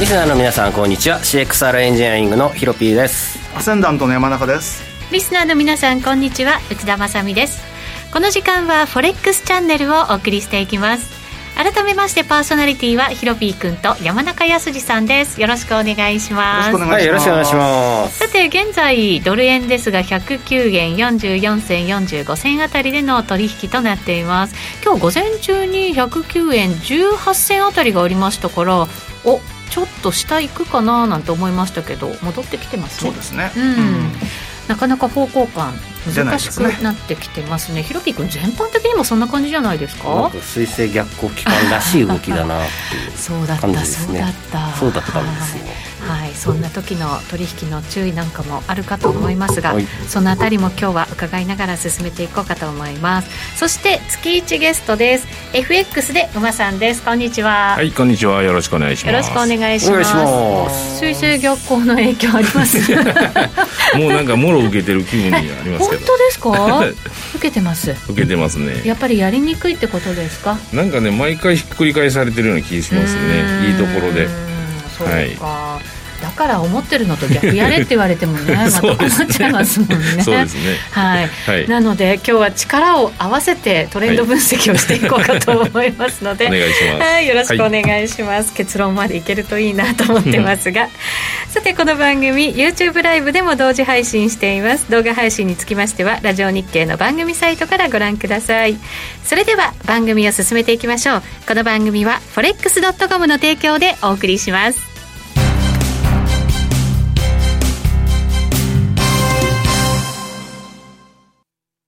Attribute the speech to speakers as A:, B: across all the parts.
A: リスナーの皆さんこんにちは CXR エンジニアリングのヒロピーです
B: アセンダントの山中です
C: リスナーの皆さんこんにちは内田まさみですこの時間はフォレックスチャンネルをお送りしていきます改めましてパーソナリティはヒロピーくんと山中康二さんですよろしくお願いします
B: よろしくお
A: は
B: 願いします
A: いよろしくお願いします
C: さて現在ドル円ですが109円44銭45銭あたりでの取引となっています今日午前中に109円18銭あたりがありましたからおちょっと下行くかななんて思いましたけど戻ってきてます
B: そ
C: ね
B: うですね、
C: うんなかなか方向感
B: じゃない
C: 難
B: で
C: し
B: す
C: く
B: ね
C: なってきてますねヒロピー君全般的にもそんな感じじゃないです
A: なん
C: か
A: か水星逆行期間らしい動きだなっていう
C: そうだった、
A: 感じです
C: そう
A: ね
C: だった
A: そうだったんですよ
C: はい、はいそんな時の取引の注意なんかもあるかと思いますが、
A: はい
C: そのあたりも今日は伺いながら進めていこうかと思いますそして月一ゲストです FX で馬さんですこんにちは、
D: はい、こんにちは。よろしくお願いし
C: よ
D: ま
C: ろ
D: す。
C: しくお願いし
A: お願
C: ま
A: いし
C: す
A: ます
C: 水星逆行の影響あります
D: もうなんかもろ受けてる気分になります
C: 本
D: け
C: 当
D: ど、
C: ですか受けてます
D: 受けてますね。
C: やっぱりやりにくいってことですか
D: なんかね、毎回ひっくり返されてるような気します
C: うーん
D: ね。いいところで。
C: そうか、だから思ってるのと逆やれって言われても ねまた
D: そう
C: 困
D: ですね
C: っちゃいますもんね
D: そうですね。
C: はい
D: はい、
C: なので今日は力を合わせてトレンド分析をしていこうかと思いますので、
D: お願いします。
C: はい、よろしくお
D: はい。
C: 願いします、結論までいけるといいなと思ってま すがさてこの番組 YouTube ライブでも同時配信しています動画配信につきましてはラジオ日経の番組サイトからご覧くださいそれでは番組を進めていきましょうこの番組は forex.com の提供でお送りします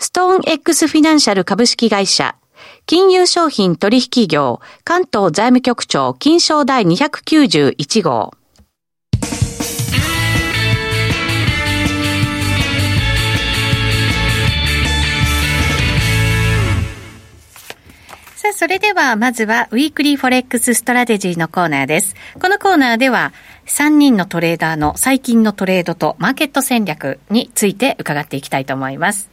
E: ストーン X フィナンシャル株式会社、金融商品取引業、関東財務局長金賞第291号。
C: さあ、それでは、まずは、ウィークリーフォレックスストラテジーのコーナーです。このコーナーでは、3人のトレーダーの最近のトレードとマーケット戦略について伺っていきたいと思います。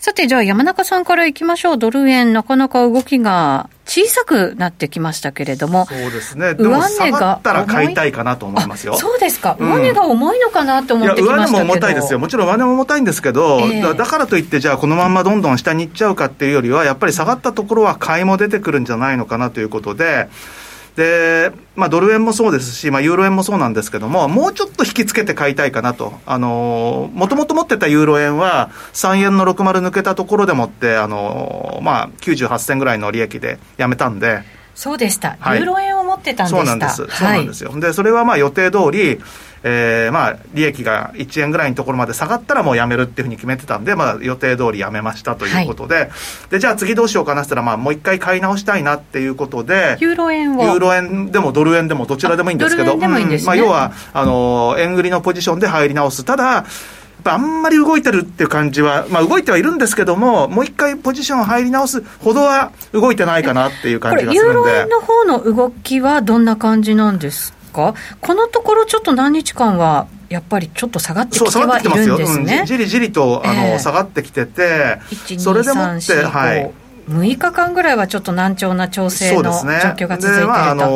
C: さて、じゃあ山中さんから行きましょう。ドル円、なかなか動きが小さくなってきましたけれども。
B: そうですねでも
C: 上値が
B: 下がったら買いたいかなと思いますよ
C: あそうですか。
B: うん
C: 上値が重いのかなと
B: い
C: 思
B: や
C: ってき
B: 上
C: ま
B: 値
C: したけど。
B: も重たいですよ、もちろん上値も重たいんですけど、
C: ええ
B: だだからといって、じゃあ、このまんまどんどん下に行っちゃうかっていうよりは、やっぱり下がったところは買いも出てくるんじゃないのかなということで、でまあ、ドル円もそうですし、まあ、ユーロ円もそうなんですけども、もうちょっと引きつけて買いたいかなと、もともと持ってたユーロ円は、3円の60抜けたところでもって、あのーまあ、98銭ぐらいの利益でやめたんで。
C: そうでした。
B: はい
C: ユーロ円を持ってたんでした。
B: そうなんです、そうなんですよ、でそれはまあ予定通り、えーまあ利益が1円ぐらいのところまで下がったら、もうやめるっていうふうに決めてたんで、まあ、予定通りやめましたということで、でじゃあ次どうしようかなって言ったら、まあ、もう一回買い直したいなっていうことで。
C: ユーロ円を。
B: ユーロ円でもドル円でもどちらでもいいんですけ
C: あ
B: ど、
C: ドル円でもいいんですね
B: うんまあ、要はあの円売りのポジションで入り直す、ただ、やっぱあんまり動いてるっていう感じは、まあ、動いてはいるんですけども、もう一回ポジション入り直すほどは動いてないかなっていう
C: こ
B: 感じ
C: れ
B: がす
C: ユー
B: るん
C: ロ
B: で。
C: 円の方の動きはどんな感じなんですかこのところちょっと何日間はやっぱりちょっと下がってきて
B: そう、下がっ
C: は
B: てき
C: い
B: てます
C: るん
B: よ。
C: です
B: うん、
C: ね
B: じ。じりじりと、あの、
C: ええ
B: 下がってきてて、
C: 1 2 3 4 5
B: それでもって、はい。
C: 6日間ぐらいはちょっと難聴な調整
B: そう
C: の
B: で
C: 状
B: すね。
C: 況が続いて
B: で、
C: いる
B: まあ、あ
C: と。
B: の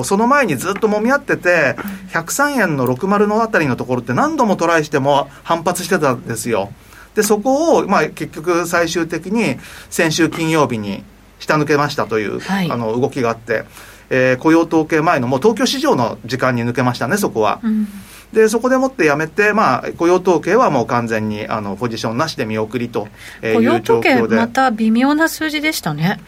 B: ーその前にずっと揉み合ってて、103円の60のあたりのところって何度もトライしても反発してたんですよ。で、そこを、まあ、結局最終的に先週金曜日に下抜けましたという、
C: はい
B: あの、動きがあって、えー雇用統計前のもう東京市場の時間に抜けましたね、そこは。
C: うん
B: で、そこでもってやめて、まあ、雇用統計はもう完全に、あの、ポジションなしで見送りとえー
C: 雇
B: い
C: 用
B: う状
C: 統計
B: 況で。
C: また微妙な数字でしたね。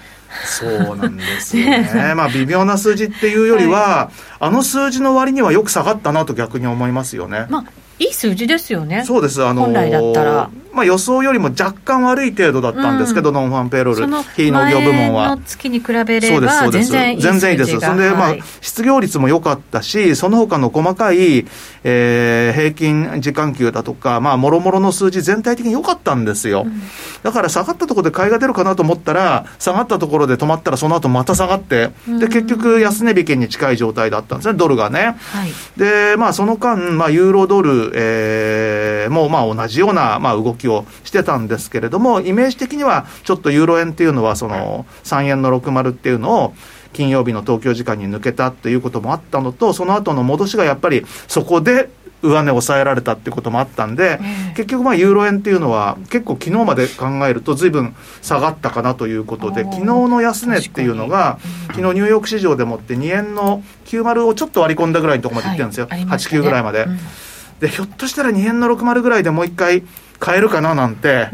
B: そうなんですよね。まあ、微妙な数字っていうよりは、あの数字の割にはよく下がったなと逆に思いますよね。
C: まあいい数字ですよね。
B: そうです。あのー
C: 本来だったら
B: まあ予想よりも若干悪い程度だったんですけど、ノンファンペロー
C: その
B: ル、非農業部門は
C: 前の。月に比べ
B: そ
C: れ
B: うです、そ
C: ば
B: うで
C: 全
B: す。
C: 然いい数字が
B: 全然いいです。それで、まあ
C: はい、
B: 失業率も良かったし、その他の細かい、えー平均時間給だとか、まあ、もろもろの数字全体的に良かったんですよ。だから、下がったところで買いが出るかなと思ったら、下がったところで止まったら、その後また下がって、で、結局、安値引けに近い状態だったんですね、ドルがね。
C: はい
B: で、まあ、その間、まあ、ユーロドル、えーもまあ同じような、まあ、動きをしてたんですけれども、イメージ的には、ちょっとユーロ円っていうのは、その3円の60っていうのを、金曜日の東京時間に抜けたっていうこともあったのと、その後の戻しがやっぱりそこで上値抑えられたっていうこともあったんで、
C: ええ
B: 結局、まあユーロ円っていうのは、結構昨日まで考えると、ずいぶん下がったかなということで、
C: おー
B: 昨日の安値っていうのが、昨日ニューヨーク市場でもって2円の90をちょっと割り込んだぐらいのところまで行ってるんですよ、
C: はいありましたね
B: 89ぐらいまで、
C: うん
B: で、ひょっとしたら2円の60ぐらいでもう一回買えるかななん て、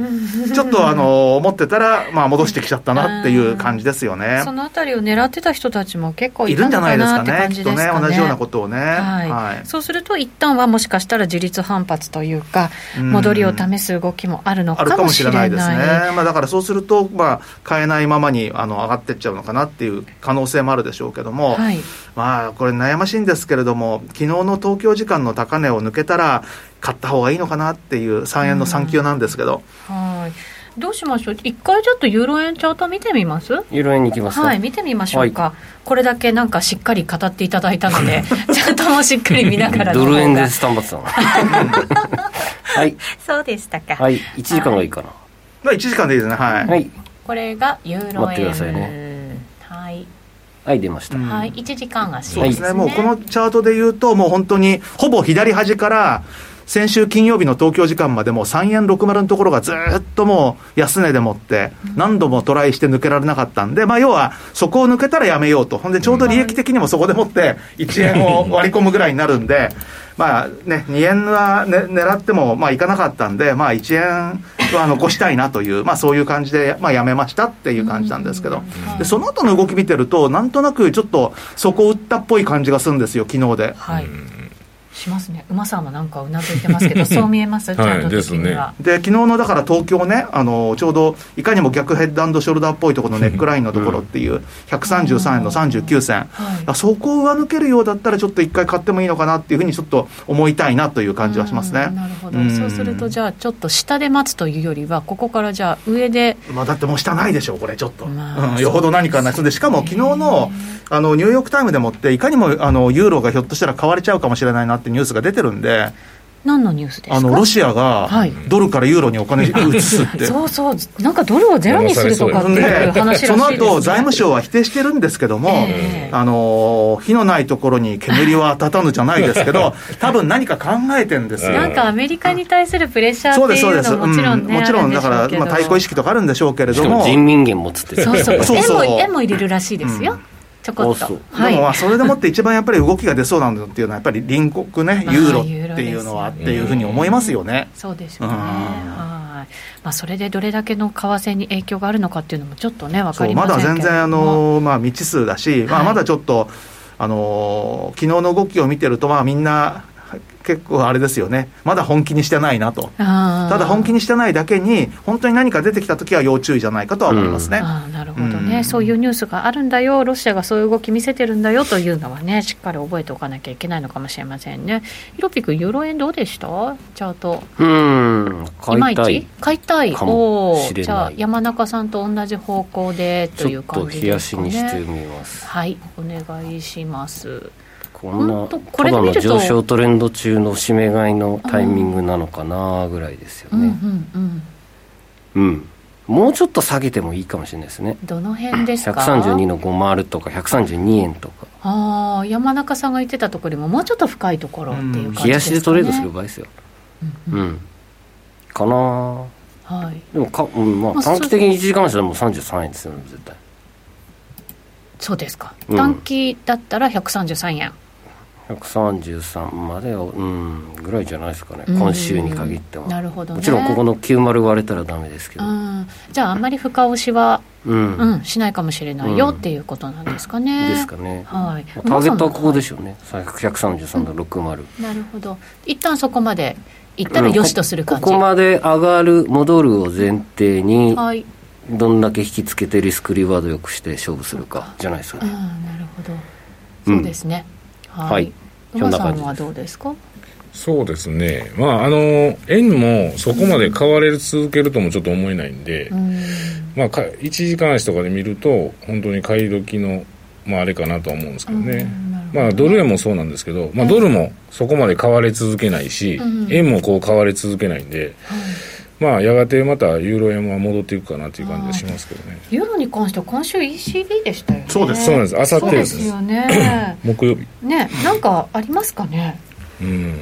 B: ちょっとあの思ってたら、まあ、戻してきちゃったなっていう感じですよね
C: そ。のあたりを狙ってた人たちも結構い
B: いる
C: た
B: んじ
C: の
B: ゃな
C: か
B: いです
C: な
B: か
C: って
B: ね、
C: 感
B: き
C: じ
B: っと
C: です
B: ね、
C: かね。
B: 同じようなことをね。
C: はい
B: はい
C: そうすると一旦はもしかしたら自立反発というか
B: うん
C: 戻りを試す動きもあるの
B: あ
C: か
B: るか
C: も
B: も
C: し
B: し
C: れ
B: れ
C: な
B: ないいですね。まあだからそうすると、まあ、買えないままにあの上がってっちゃうのかなっていう可能性もあるでしょうけども、
C: はい
B: まあこれ悩ましいんですけれども、昨日の東京時間の高値を抜けたら、買った方がいいのかなっていう3円の3級なんですけど、
C: はいどうしましょう一回ちょっとユーロ円チャート見てみます
A: ユーロ円に行きますか。
C: はい、見てみましょうか、これだけなんかしっかり語っていただいたの で、ちゃんともしっかり見ながらの
A: ド
C: 方
A: ル
C: が
A: 円です、丹波さん。 はい。
C: そうでしたか、
A: はい。1時間がいいかな。
B: まあ1時間でいいですね、はい。
A: はい。
C: これがユーロ
A: 待ってく
C: 円
A: ださい
C: はい、
A: はい、出ました
B: う。ん
C: はい、1時間足
B: そうですね、
C: ですね
B: もうこのチャートで言うと、もう本当にほぼ左端から、先週金曜日の東京時間までもう3円60のところがずーっともう安値でもって、何度もトライして抜けられなかったんで、まあ、要はそこを抜けたらやめようと、ほんでちょうど利益的にもそこでもって1円を割り込むぐらいになるんで、まあね、2円は、ね、狙ってもまあいかなかったんで、まあ、1円は残したいなという、まあ、そういう感じで、まあ、やめましたっていう感じなんですけど、でその後の動き見てると、なんとなくちょっとそこを打ったっぽい感じがするんですよ、昨日で。
C: はいしますね馬さんもなんかうなずいてますけどそう見えますちゃんと的には、
B: で昨日のだから東京ね、あのちょうどいかにも逆ヘッドショルダーっぽいところのネックラインのところっていう、133円の39銭、
C: はい
B: そこを上抜けるようだったら、ちょっと一回買ってもいいのかなっていうふうにちょっと思いたいなという感じはしますね。
C: うんなるほど
B: ん
C: そうするとじゃあちょっと下で待つというよりはここからじゃあ上で
B: まあ、だってもう下ないでしょう、これ、ちょっと、
C: まあ
B: うん、よほど何かない、それでしかも昨日のあのニューヨーク・タイムでもって、いかにもあのユーロがひょっとしたら買われちゃうかもしれないなってニュースが出てるんで、
C: 何のニュースですか
B: あのロシアが
C: はい
B: ドルからユーロにお金移すって。
C: そうそうなんかドルをゼロにするとかっていう話らしいです、
B: そ
C: ね、
B: の後財務省は否定してるんですけども、
C: ええ
B: あの火のないところに煙は立たぬじゃないですけど、多分何か考えてんですよ。
C: なんかアメリカに対するプレッシャー
B: そう
C: っ
B: で
C: て
B: す、そう
C: いう
B: です。
C: のももちろん
B: う
C: ね、
B: もちろん、だから、まあ、対抗意
C: 識
B: 識とかあるんでしょうけれ
A: し
B: ど
A: か
B: も。
A: も人民元持つって。
C: そう そう
B: そうそう
C: 絵も絵も入れるらしいですよ、ちょこっ
A: あそ
C: と
A: う
B: でもまあ
C: は
B: それでもって一番やっぱり動きが出そうなんだっていうのはやっぱり隣国ね
C: まあ
B: ユーロっていうのはっていうふうに思いますよね
C: い。そうでしょうね
B: うん
C: はい、まあ、それでどれだけの為替に影響があるのかっていうのもちょっとね分か
B: そう
C: り
B: ま
C: ません
B: だ
C: けれども
B: 全然あのまあ未知数だし、ま
C: は
B: あ
C: い
B: まだちょっとあの昨日の動きを見てるとまあみんな結構あれですよね。まだ本気にしてないなと。
C: あー
B: ただ本気にしてないだけに本当に何か出てきた時は要注意じゃないかとは思いますね。
C: あーなるほどね、
B: うん
C: そういうニュースがあるんだよ、ロシアがそういう動き見せてるんだよというのはね、しっかり覚えておかなきゃいけないのかもしれませんね。ヒロピ君、ユーロ円どうでしたチャート、
A: うーん。買いたい
C: ち。買いたい
A: かも
C: おー
A: しれない
C: じゃあ山中さんと同じ方向でとい
A: ちょ
C: う
A: っと
C: 感じ
A: 冷
C: で
A: や
C: す
A: し
C: かね
A: にしてみます。
C: はいお願いします
A: こんな
C: ほんと
A: た
C: これ
A: だ
C: 見
A: の
C: ると
A: 上昇トレンド中の締め買いのタイミングなのかなぐらいですよ
C: うんう
A: ね、
C: んうん。
A: うんもうちょっと下げてもいいかもしれないですね
C: どの辺ですか
A: 132の50とか132円とか
C: ああ山中さんが言ってたところよりももうちょっと深いところっていう感じですか、ね
A: 冷やしでトレードする場合ですようん、かなあ
C: はい
A: でもか、うん、ま
C: まあ
A: あ短期的に1時間足でもう33円ですよね絶対
C: そうですか、
A: うん
C: 短期だったら133円
A: 133までをうんぐらいじゃないですかね
C: うん
A: 今週に限っては
C: なるほどね
A: もちろんここの90割れたらダメですけ
C: う
A: ど
C: んじゃああんまり深押しは、
A: うん、
C: うん、しないかもしれないよっていうことなんですかね、
A: ですかね、
C: はい
A: まあターゲットはここでしょうね133の60、
C: なるほど一旦そこまで行ったらよしとする感じ、
A: ここまで上がる戻るを前提に
C: はい、
A: どんだけ引きつけてリスクリワードよくして勝負するかじゃないですか
C: うん、
A: ね
C: なるほど
A: うん
C: そうですね、は
A: はいい
C: 馬
A: そんな
C: さ
A: 感
C: ん
A: じ
C: は
A: です
C: どうですか
D: そうですね。まあ、あの、円もそこまで買われ続けるともちょっと思えないんで、
C: うん
D: まあ、か1時間足とかで見ると、本当に買い時の、まあ、あれかなとは思うんですけどね。
C: うんなるほど
D: まあ、ドル円もそうなんですけど、まあ、ドルもそこまで買われ続けないし、
C: うん
D: 円もこう買われ続けないんで、まあ、やがてまたユーロ円は戻っていくかなという感じはしますけどね。
C: ユーロに関しては今週 ECB でしたよね
B: そうです
D: そうなんです。あさっ
C: そう
D: てで
C: です
D: す。
C: よね
D: 木曜日。
C: ねなんかありますかね
D: うん。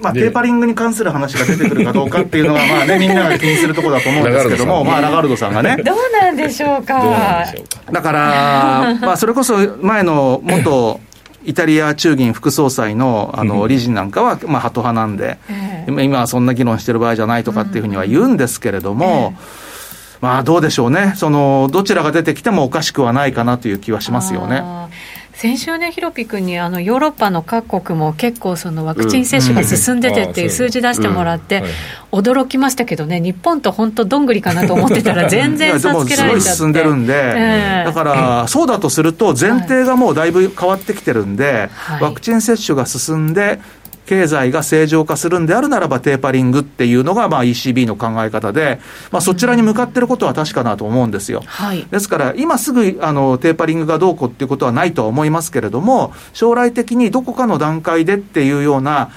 B: まあ、
D: で
B: テーパリングに関する話が出てくるかどうかっていうのが、まあね、みんなが気にするところだと思うんですけども、まあ、ラガルドさんがね、
C: どうなんでしょう
D: どう
C: か
D: なんでしょうか。
B: だ から、まあ、それこそ前の元イタリア中銀副総裁のあの理事なんかは、まあ、ハト派なんで、
C: ええ
B: 今今はそんな議論してる場合じゃないとかっていうふうには言うんですけれども、まあ、どうでしょうね、そのどちらが出てきてもおかしくはないかなという気はしますよね。
C: あー先週ね、ヒロピ君にあのヨーロッパの各国も結構そのワクチン接種が進んでてっていう
D: うん
C: 数字出してもらって、
D: うんはい
C: 驚きましたけどね、日本と本当、どんぐりかなと思ってたら、全
B: いや
C: 然
B: で
C: 差
B: も
C: つけ
B: す
C: ら
B: ご
C: れ
B: い
C: ちゃって
B: 進んでるんで、
C: ええ
B: だから、そうだとすると、前提がもうだいぶ変わってきてるんで、
C: はい
B: ワクチン接種が進んで、経済が正常化するんであるならば、テーパリングっていうのが、まあ、ECB の考え方で、まあ、そちらに向かってることは確かなと思うんですよ。
C: はい、
B: ですから、今すぐあのテーパリングがどうこうっていうことはないとは思いますけれども、将来的にどこかの段階でっていうような、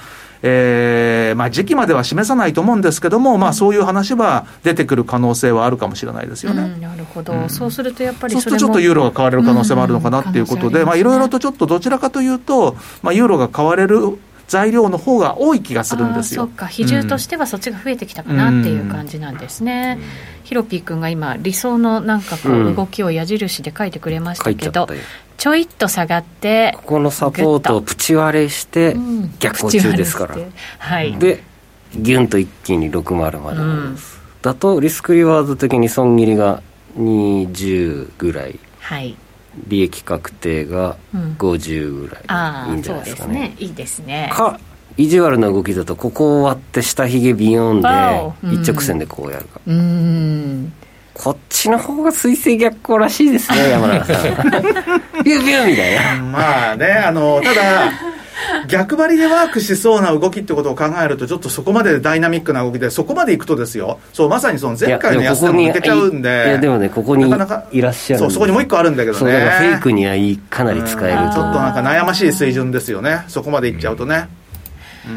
B: えーまあ、時期までは示さないと思うんですけども、まあ、そういう話は出てくる可能性はあるかもしれないですよね。
C: うんなるほど、そうするとやっぱり
B: そう
C: そ
B: す
C: れ
B: ると
C: も
B: ちょっとユーロが買われる可能性もあるのかなっていうことで、
C: うん
B: まあいろいろとちょっとどちらかというと、まあユーロが買われる材料の方が多い気がするんです
C: あ
B: よ
C: ーそ。うか比重としてはそっちが増えてきたかなっていう感じなんですね、ヒロピー君が今理想のなんか
A: う
C: こうん動きを矢印で書いてくれまし
A: 書
C: た
A: い
C: け
A: ちゃ
C: ど、
A: ったよ
C: ちょいっと下がって
A: ここのサポートをプチ割れして
C: うん
A: 逆行中ですから、
C: 口割れしてはい
A: でギュンと一気に60まで戻
C: うん
A: す、だとリスクリワード的に損切りが20ぐらい
C: はい
A: 利益確定が
C: うん
A: 50ぐら
C: あ
A: いいいん
C: あ
A: じゃ
C: そ
A: な
C: う
A: いでかね,、
C: ですすねいいですね
A: か意地悪な動きだとここを割って下髭ビヨンで
C: わおうん
A: 一直線でこうやるか、
C: うーん
A: こっちの方が水星逆行らしいです ね山中さんビュービューみたいな
B: まあね、あの、ただ、逆張りでワークしそうな動きってことを考えると、ちょっとそこまでダイナミックな動きで、そこまでいくとですよ、そう、まさにその前回の
A: いや
B: 安値も抜けちゃうんで、
A: いやでもねここに
B: なかなか
A: いらっしゃるんで
B: そう、そこにもう一個あるんだけどね。
A: そうだからフェイクにはいかなり使え
B: う
A: る
B: ん
A: と
B: ちょっとなんか悩ましい水準ですよね、そこまでいっちゃうとね。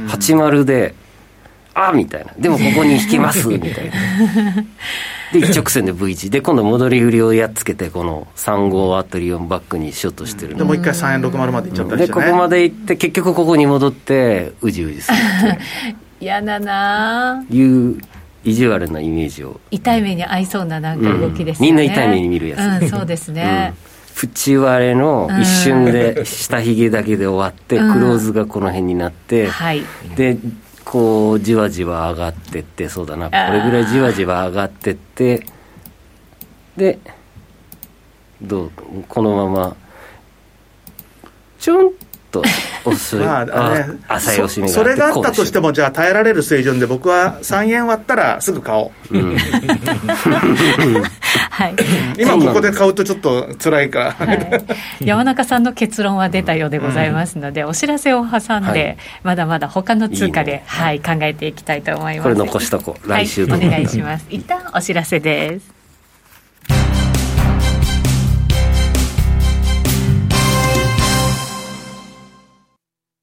A: 80で「あ」みたいなでもここに引きますみたいなで一直線で V 字で今度戻り売りをやっつけてこの3号あたり4バックにしようとしてる
B: で、
A: の
B: もう一回3円60までいっちゃったり
A: で
B: して
A: こ
B: ね。
A: こまで行って結局ここに戻ってうじうじする
C: 嫌だなあ
A: っていう意地悪なイメージを
C: 痛い目に合いそうななんか動きです
A: うん
C: よね、
A: みんな痛い目に見るやつ
C: うんそうですね、
A: プチ割れの一瞬で下髭だけで終わってク
C: うん
A: ローズがこの辺になって
C: はい
A: でこうじわじわ上がってってそうだなこれぐらいじわじわ上がってってでどうこのままちょんと押す
B: まあね、
A: 浅い押し目
B: そそれがあ
A: こ
B: っ
A: うで
B: たとしても、じゃあ耐えられる水準で、僕は3円割ったらすぐ買おう、
C: はい
B: 今ここで買うとちょっと辛い から、
C: はい、山中さんの結論は出たようでございますので、お知らせを挟んで、
A: はい
C: まだまだ他の通貨で
A: いいね
C: はい、考えていきたいと思います
A: これ残しとこう来週
C: は
A: と
C: い、お願いします一旦お知らせです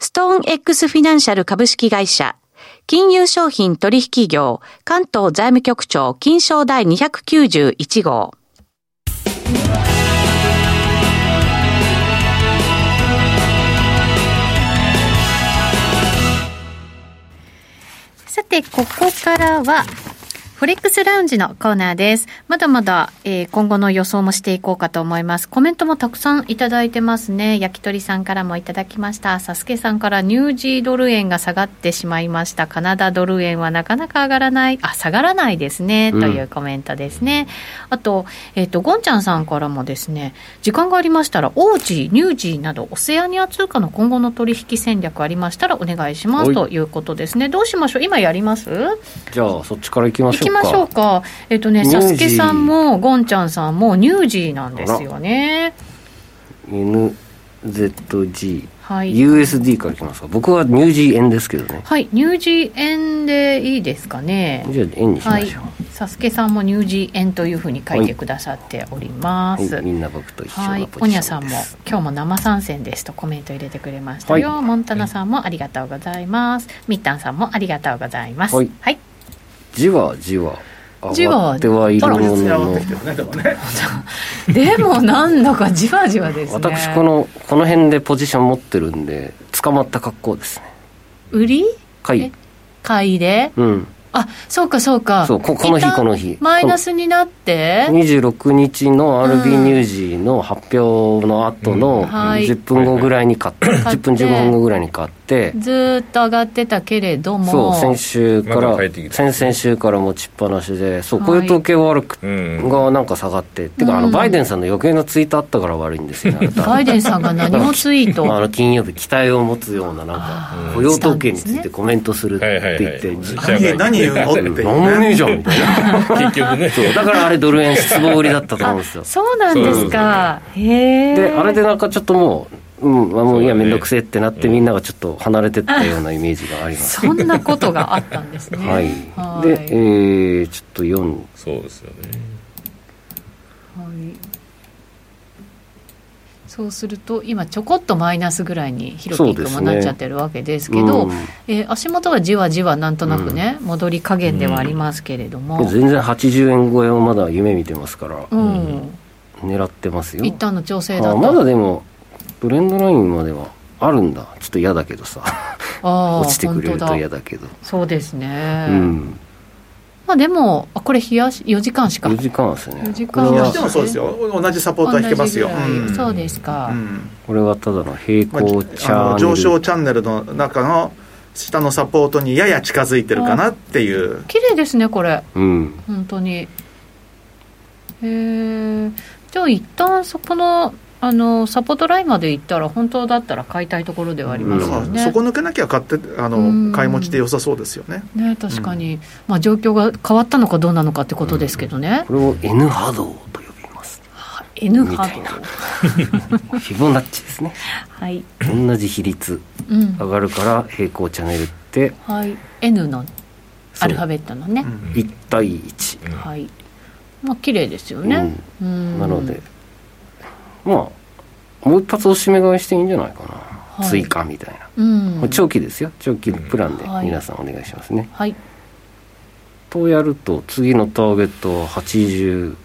E: ストーン X フィナンシャル株式会社、金融商品取引業、関東財務局長金賞第291号。
C: さて、ここからは、フォレックスラウンジのコーナーです。まだまだ、えー今後の予想もしていこうかと思います。コメントもたくさんいただいてますね。焼き鳥さんからもいただきました。サスケさんからニュージードル円が下がってしまいました。カナダドル円はなかなか上がらない。あ、下がらないですね。
A: うん
C: というコメントですね。あと、えっ、と、ゴンちゃんさんからもですね、時間がありましたら、オージー、ニュージーなど、オセアニア通貨の今後の取引戦略ありましたらお願いしま
A: は
C: す
A: い
C: ということですね。どうしましょう今やります
A: じゃあそっちから行きましょうか
C: 行きましょうか。えっ、とね、
A: ニュー
C: サ
A: ジー
C: スケさんも、ゴンちゃんさんも、ニュージーなんですよね。
A: NZG
C: はい。
A: USD からいきますか僕はニュージー円ですけどね
C: はい、ニュージー円でいいですかね。
A: じゃあ円にし
C: は
A: ま
C: い
A: しょう、。
C: サスケさんもニュージー円というふうに書いてくださっておりま
A: はい
C: す。
A: みんな僕と一緒
C: は、
A: ないポ
C: ポ
A: ジ
C: ニ
A: ションで
C: ャ
A: す
C: さんも今日も生参戦ですとコメント入れてくれましたよ、
A: は
C: モンタナさんもありがとうございます、ミッタンさんもありがとうございますは
A: はいい、じわじわ
C: じ
A: 上
C: わ
A: がってはいるも
B: 確
A: の
B: 実に上がっ
A: の
B: てきてるねでもね
C: でもなんだかじわじわですね
A: 私このこの辺でポジション持ってるんで捕まった格好ですね
C: 売り
A: は
C: え
A: い
C: 買いで
A: うん
C: あそうかそうか
A: そうここの日
C: 一旦
A: この日
C: マイナスになって
A: 26日の
C: う
A: RB
C: ん
A: ニュージーの発表の後
D: う
A: の
D: ん
C: はい
A: 10分後ぐらいに買って
C: 買っ
A: 10
C: て
A: 分15分後ぐらいに買って
C: ずーっと上がってたけれども
A: そう先週か
D: ま
A: ら
D: た帰ってきた
A: 先々週から持ちっぱなしでそう
C: はい
A: こういう統計悪く
D: うん
A: がなんか下がってっていうかあ
C: う
A: の
C: ん
A: バイデンさんの余計なツイートあったから悪いんですよねあなた
C: バイデンさんが何をツイート
A: あの金曜日期待を持つようななんか雇用統計についてコメントするって言って
D: うん
A: じ
D: はいはいはい
B: 何何言うのっていう
A: なんもねえじゃんみたいな
D: 結局ね
A: そうだからあれドル円失望売りだったと思うんですよ
C: そうなんですかへえ
A: であれでなんかちょっともううんあもうい
D: そうだ
A: や
D: ね
A: 面倒くせえってなってみんながちょっと離れてったようなイメージがあります
C: そんなことがあったんですね
A: はい
C: はい
A: でえーちょっと4
D: そうですよね
C: はい、そうすると今ちょこっとマイナスぐらいにヒロピー君もなっちゃってるわけですけど
A: うん
C: えー足元はじわじわなんとなくね、戻り加減ではありますけれども、うん
A: 全然80円超えをまだ夢見てますから狙ってますよ
C: 一旦の調整だ
A: あ
C: と
A: まだでもブレンドラインまではあるんだちょっと嫌だけどさ
C: あー
A: 落ちてくれる
C: 本
A: と
C: 当
A: 嫌
C: だ
A: だけど
C: そうですね、
A: うん
C: まあでもあこれ冷やし4時間しか
A: 4時間です
C: 4
A: ね
C: 時間
A: これ
B: い
C: い
B: や
A: は
B: でもそうですよ同じサポートは引けますよ、
C: 同じぐらい
B: うん
C: そうですか、
B: うん
A: これはただの平
B: まあ
A: 行チ
B: あ
A: ャン
B: の
A: ネル
B: 上昇チャンネルの中の下のサポートにやや近づいてるかなっていう
C: 綺麗ですねこれ
A: うん
C: 本当にへえじゃあ一旦そこのあのサポートラインまで行ったら本当だったら買いたいところではありますよ
B: そ
C: ね,、
B: こ抜けなきゃ買ってあの、
C: うん
B: 買い持ちで良さそうですよね
C: ね確かに、まあ、状況が変わったのかどうなのかってことですけどね、
A: これを N 波動と呼びます
C: N 波動
A: みたいフィボナッチですね
C: はい、
A: 同じ比率
C: うん
A: 上がるから平行チャンネルって
C: はい、N の
A: そう
C: アルファベットのね、
A: 1対1、
C: はいまあ綺麗ですよね、うん
A: なのでまあもう一発おしめ買いしていいんじゃないかな、
C: い
A: 追加みたいな、
C: うん
A: もう長期ですよ長期プランで
C: うんはい
A: 皆さんお願いしますね、
C: はい
A: とやると次のターゲットは81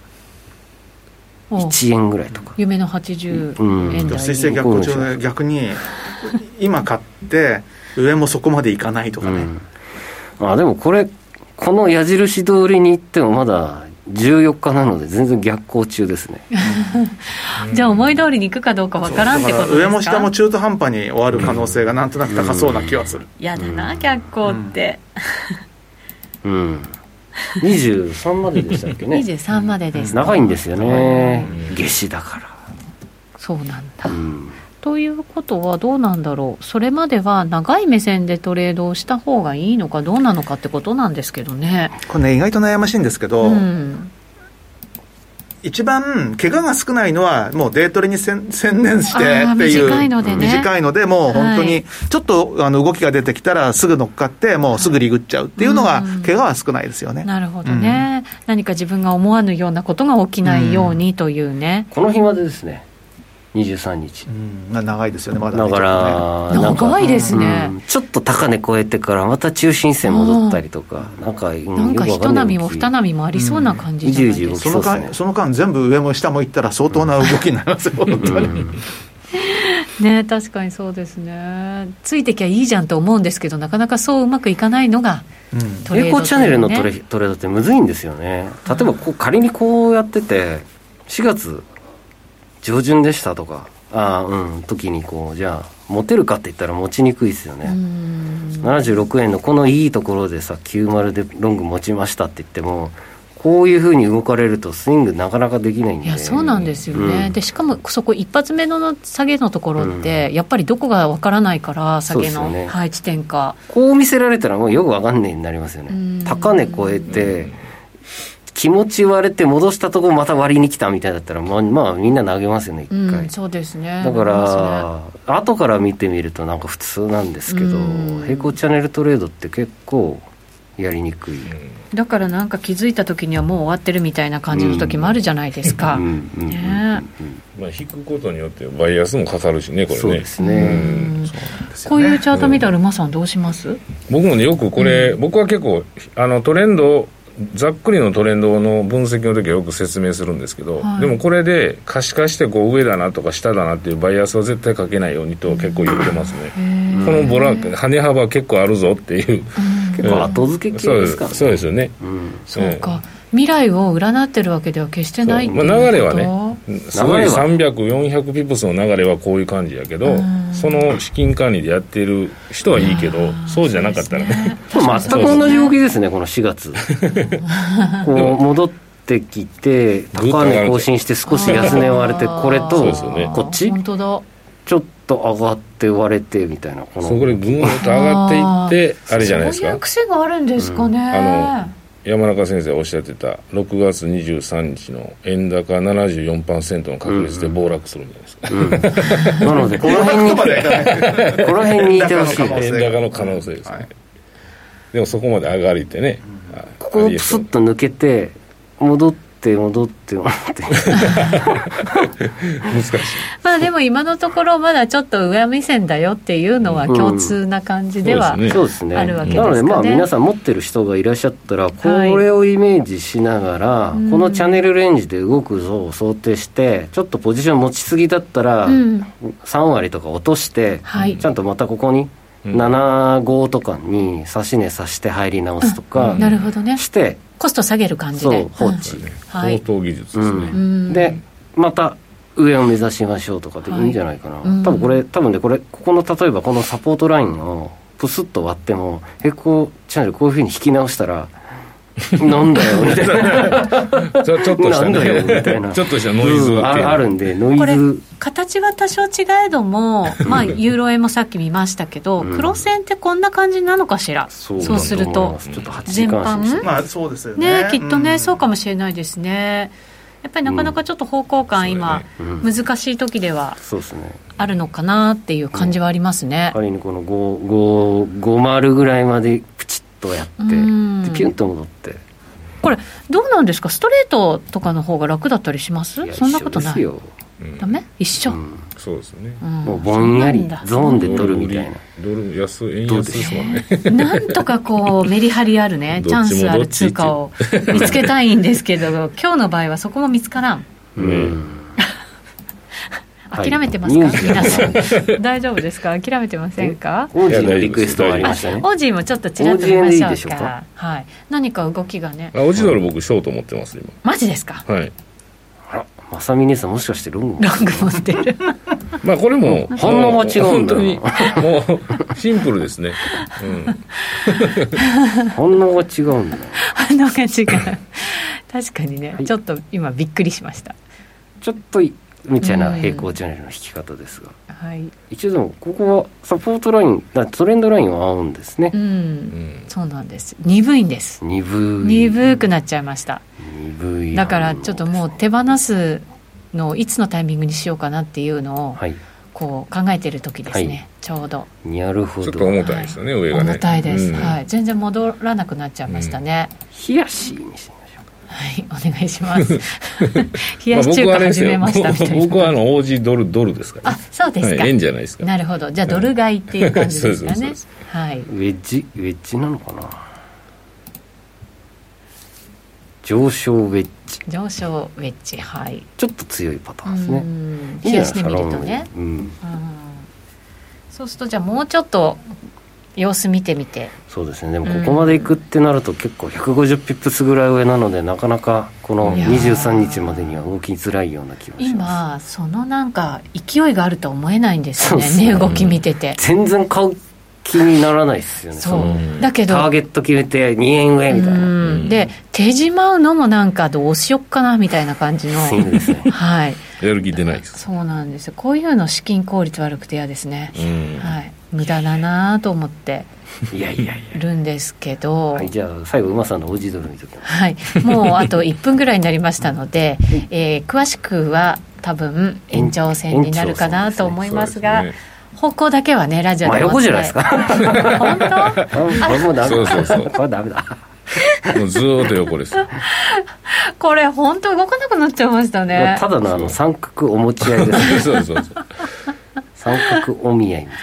C: お
A: 円ぐらいとか、
C: 夢の80
A: うん
C: 円
A: で
B: 水星
C: 台に、
B: 逆行上で逆に今買って上もそこまでいかないとか
A: う
B: ね、
A: んあでもこれこの矢印通りに行ってもまだ14日なので全然逆行中です ね
C: じゃあ思い通りに行くかどうかわからんってことですか
B: 上も下も中途半端に終わる可能性がなんとなく高そうな気はする、
C: やだな逆光って、
A: うん23まででしたっけね
C: 23までです
A: 長いんですよね夏至だから
C: そうなんだ
A: うん
C: ということはどうなんだろうそれまでは長い目線でトレードをした方がいいのかどうなのかってことなんですけどね
B: これね意外と悩ましいんですけど、
C: うん
B: 一番怪我が少ないのはもうデートレに専専念して
C: あー
B: っていう
C: 短いのでね
B: 短いのでもう本当
C: は
B: に
C: い
B: ちょっとあの動きが出てきたらすぐ乗っかってもうすぐリグっちゃうっていうのが
C: うん
B: 怪我は少ないですよね、
C: なるほどね、何か自分が思わぬようなことが起きないようにというね、
A: この日までですね23日
B: うんまあ、長いですよねまだね
A: だか
B: ちょっ
A: ら、
C: 長い
A: なんか
C: ですね
A: うんちょっと高値超えてから、また中心線戻ったりとか、なんか、うん
C: なんか
A: よ
C: 一
A: くわんい
C: 波も二波もありそうな感じじゃないで
A: うん
C: す
B: と
C: か、
A: そう
B: ねその
A: です
B: 間
A: ね
B: その間全部上も下もいったら相当な動きになりますよ本当に、
C: ね確かにそうですねついてきゃいいじゃんと思うんですけどなかなかそううまくいかないのが
B: うん
C: トレード
A: 栄光チャンネルの
C: とい
A: ト
C: うね
A: レトレードってむずいんですよね。例えばこう、仮にこうやってて、4月上旬でしたとか、ああ、うん、時にこう、じゃあ、持てるかって言ったら持ちにくいですよ
C: う
A: ね。
C: ん
A: 76円のこのいいところでさ、90でロング持ちましたって言っても、こういうふうに動かれるとスイングなかなかできないんで。
C: いやそうなんですよね、
A: うん
C: でしかもそこ一発目の下げのところって、やっぱりどこがわからないから下げ
A: そう
C: の、
A: ですよね
C: はい地点か
A: こう見せられたらもうよくわかんねえになりますよ
C: うん
A: ね高値超えて気持ち割れて戻したとこまた割りに来たみたいだったらまあ、まあ、みんな投げますよね一
C: う
A: 回、
C: んそうですね
A: だか
C: 思いま
A: ら、後から見てみるとなんか普通なんですけど
C: うん
A: 平行チャンネルトレードって結構やりにくい、
C: すねだからなんか気づいた時にはもう終わってるみたいな感じの時もあるじゃないですか、
A: うんうんうん
C: ね
D: まあ、引くことによってバイアスもかかるしねこれ
A: そう
D: ね
A: ですね
C: うんこういうチャート見たら馬さんどうします、
D: 僕もねよくこれ、僕は結構あのトレンドざっくりのトレンドの分析の時はよく説明するんですけど、
C: はい
D: でもこれで可視化してこう上だなとか下だなっていうバイアスを絶対かけないようにと結構言ってますね、このボラ跳ね幅結構あるぞっていう、
A: 結構後付け系
D: そう
A: で
D: です
A: から
D: す
A: ね
D: そうですよね、
A: うん
C: そうか未来を占ってるわけでは決してないっていう
D: まあ、
C: こと、
D: 流れはねすごい
A: 流れは
D: 300400ピプスの流れはこういう感じやけど
C: うん
D: その資金管理でやってる人はいいけどそうじゃなかったらね
A: これ全く同じ動きですね、この4月。 こう戻ってきて、高値更新して、少し安値割れて、これ
D: そう
A: と
D: ですよね、
A: こっち、
C: 本当だ
A: ちょっと上がって割れてみたいな、こ
D: そこで
A: の、
D: ぐーっと上がっていってあれじゃないです
C: そういう
D: か
C: 癖があるんですかね、
D: あ山中先生がおっしゃってた6月23日の円高74%の確率で暴落するんじゃないです
A: う
D: か、
A: ん、なので、この辺に、この辺にいてほしい
B: うん
A: です。
D: 円高の可能性ですね、
B: はい
D: でもそこまで上がりってね、はい
A: ここをプスッと抜けて、戻って、戻って、戻って。
D: 難しい
C: まあでも今のところまだちょっと上目線だよっていうのは共通な感じでは、
D: うん
A: そうですね。
C: あるわけです
A: な
C: かね
A: ので、まあ、皆さん持ってる人がいらっしゃったら、こ
C: はい
A: れをイメージしながら、
C: ん
A: このチャンネルレンジで動くぞを想定して、ちょっとポジション持ちすぎだったら、
C: うん
A: 3割とか落として、
C: はい
A: ちゃんとまたここに、7、5とかに差し値差して入り直すとか、
C: なるほどね
A: して、
C: コスト下げる感じ
A: そ
C: で
A: う、放置。
C: は
D: 高
C: い、
D: 等技術ですね、
C: ん
A: でまた上を目指しましょうとかでいいんじゃないかな、
C: はいうん
A: 多分これ多分ねこれここの例えばこのサポートラインをプスッと割っても平行チャンネルこういうふうに引き直した らなんだよみたいな
D: ちょちょっとした
A: なんだよみたい
D: ね
A: な
D: ちょっとしたノイズ
A: うん
D: が
A: あるあるんでノイ
C: これ
A: ズ
C: 形は多少違えど も、まあ、ユーロ円もさっき見ましたけど、
A: うん
C: 黒線ってこんな感じなのかしらそう
A: だ
C: する
A: 思い
C: と
A: ますちょっと8時
C: 全
A: 間足にして
C: 般
B: まあそうですよね
C: ねきっとね、そうか
B: も
C: もしれないですねやっぱりなかなかちょっと方向感、
D: うん
C: 今、難しい時では
A: そうですね
C: あるのかなっていう感じはありますね、
A: 仮にこの550ぐらいまでプチッとやって
C: うん
A: でピュンと戻って
C: これどうなんですかストレートとかの方が楽だったりします
A: いや
C: そんなことな
A: 一
C: い
A: 緒です
D: うん
C: ダメ一緒、
A: よ、うん
D: そうですね。
C: うん
A: もうぼんやり
C: そう
A: ゾーンで取るみたいな
D: ドル売り。ドル安、円
A: どうで
D: 安です
A: しょ
D: も
A: うん
D: ね。
C: なんとかこうメリハリあるねチャン
D: どっちも
C: スあ
D: ど
C: る
D: っち
C: 通貨を見つけたいんですけど今日の場合はそこも見つからん
A: うんはい
C: 諦めてますか、
A: ニュース
C: 皆さん 大丈夫ですか諦めてませんか
A: 王子のリクエストがあり
C: あオ
A: ましたね
C: ージーもちょっとちらっと見ま
A: オージーでい
C: し
A: い
C: ょう
A: で
C: か
A: しょうか
C: はい、何か動きがね
D: あ、オジドル僕、ショート持ってます、今。
C: マジですか
D: はい。
A: あらまさみ姉さんもしかしてロング
C: ロング持ってる
D: まあ、これも、
A: 反応が違うんだよな
D: 本当に、もう、シンプルですね。
A: 反応が違うんだよ
C: 反応が違う確かにね、
A: はい
C: ちょっと今びっくりしました
A: ちょっといみたいな平行チャンネルの引き方ですが
C: はい
A: 一応でもここはサポートラインだトレンドラインは合うんですね
C: う、
D: うん。うんん。
C: そうなんです鈍いんです
A: 鈍い
C: 鈍くなっちゃいました
A: 鈍い
C: だからちょっともう手放すのをいつのタイミングにしようかなっていうのを
A: はい
C: こう考えてる時ですね、
A: はい
C: ちょうど
A: なるほ
D: ちょっ
A: ど
D: と重たいですよね、上がね。
C: 重たいです、
D: うん
C: はい、全然戻らなくなっちゃいましたね、
A: 冷やしにしましょ
C: はい お願いし ます冷
D: まあ
C: やし
D: 僕
C: 中
D: はあ
C: 華
D: れです
C: 始
D: よ
C: めましたみたいな、
D: 僕はあの、オージードル、ドルですから
C: あ
D: ね。
C: そうですか、
D: はい、円じゃないですか。
C: なるほどじゃあドル買いっていう感じですか
D: そう
C: ね
D: ですそ
C: はい、
A: うウェッジウェッジなのかな上昇ウェッジ
C: 上昇ウェッジはい
A: ちょっと強いパターンですね
C: うん
A: いい
C: 冷
A: んじゃないで
C: やして
A: すか
C: みる
A: ロ
C: と
A: ングに
C: ね
A: うん
C: うんそうするとじゃあもうちょっと様子見てみて
A: そうですねでもここまでいくってなると結構150ピップスぐらい上なのでなかなかこの
C: いやー
A: 23日までには動きづらいような気がします
C: 今そのなんか勢いがあるとは思えないんですよね
A: そうそう
C: ね動き見てて、
A: 全然買う気にならないですよね
C: そう
A: の
D: うん
C: だけど
A: ターゲット決めて2円上みたいな
C: うんで手じまうのもなんかどうしよっかなみたいな感じの
A: スイングですね
C: はい
D: やる気出ないです。
C: そうなんですよこういうの資金効率悪くて嫌ですね、
D: うん。
C: はい、無駄だなと思って
A: いやいやい
C: るんですけど
A: やはいじゃあ最後馬さんのオジドル見ときます
C: はい、もうあと1分ぐらいになりましたので、えー詳しくは多分延長戦になるかなと思いますが、
D: そうですね
C: 方向だけはねラジオ
A: 真
C: で
A: 横
C: お
A: じ
C: 伝
A: ゃ
C: え
A: ないですか
C: 本当
A: あもうダメだ
D: そうそうそう
A: これはダメだ
D: もうずーっと 横です。
C: これ本当動かなくなっちゃいましたね
A: ただのあの三角お持ち合い ですね
D: そうそうそう。
A: 三角お見合いみたい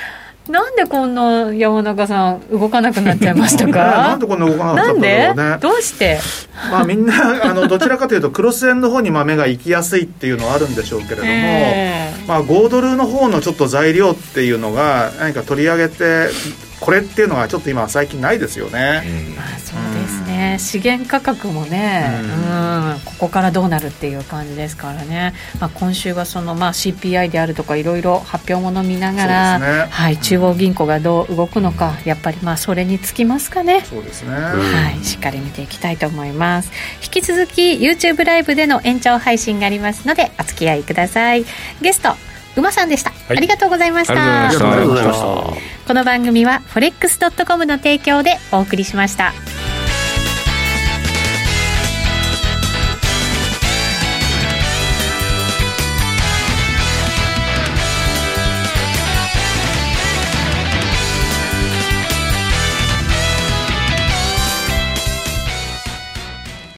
C: なんでこんな山中さん動かなくなっちゃいました
B: な
C: か
B: んでこんな動かな
C: な
B: かった
C: ん
B: んだろ
C: で
B: うね
C: どうして
B: まあみんな、あの、どちらかというと、クロス円の方にまあ目が行きやすいっていうのはあるんでしょうけれども、
C: ええ
B: まあ5ドルの方のちょっと材料っていうのが、何か取り上げて、これっていうのがちょっと今最近ないですよね。
C: あそうですね資源価格もね、うんここからどうなるっていう感じですからね、まあ、今週はその、まあ、CPI であるとかいろいろ発表もの見ながら、
B: そうですね
C: はい、中央銀行がどう動くのかやっぱりまあそれにつきますかね。
B: そうですね。
C: はい、しっかり見ていきたいと思います引き続き YouTube ライブでの延長配信がありますのでお付き合いくださいゲスト馬さんでした、
D: い
C: ありがとうございまし
D: あ
A: な
D: り
A: あ
D: が
A: り
D: とうございました
A: がとうございました
C: この番組は forex.com の提供でお送りしました。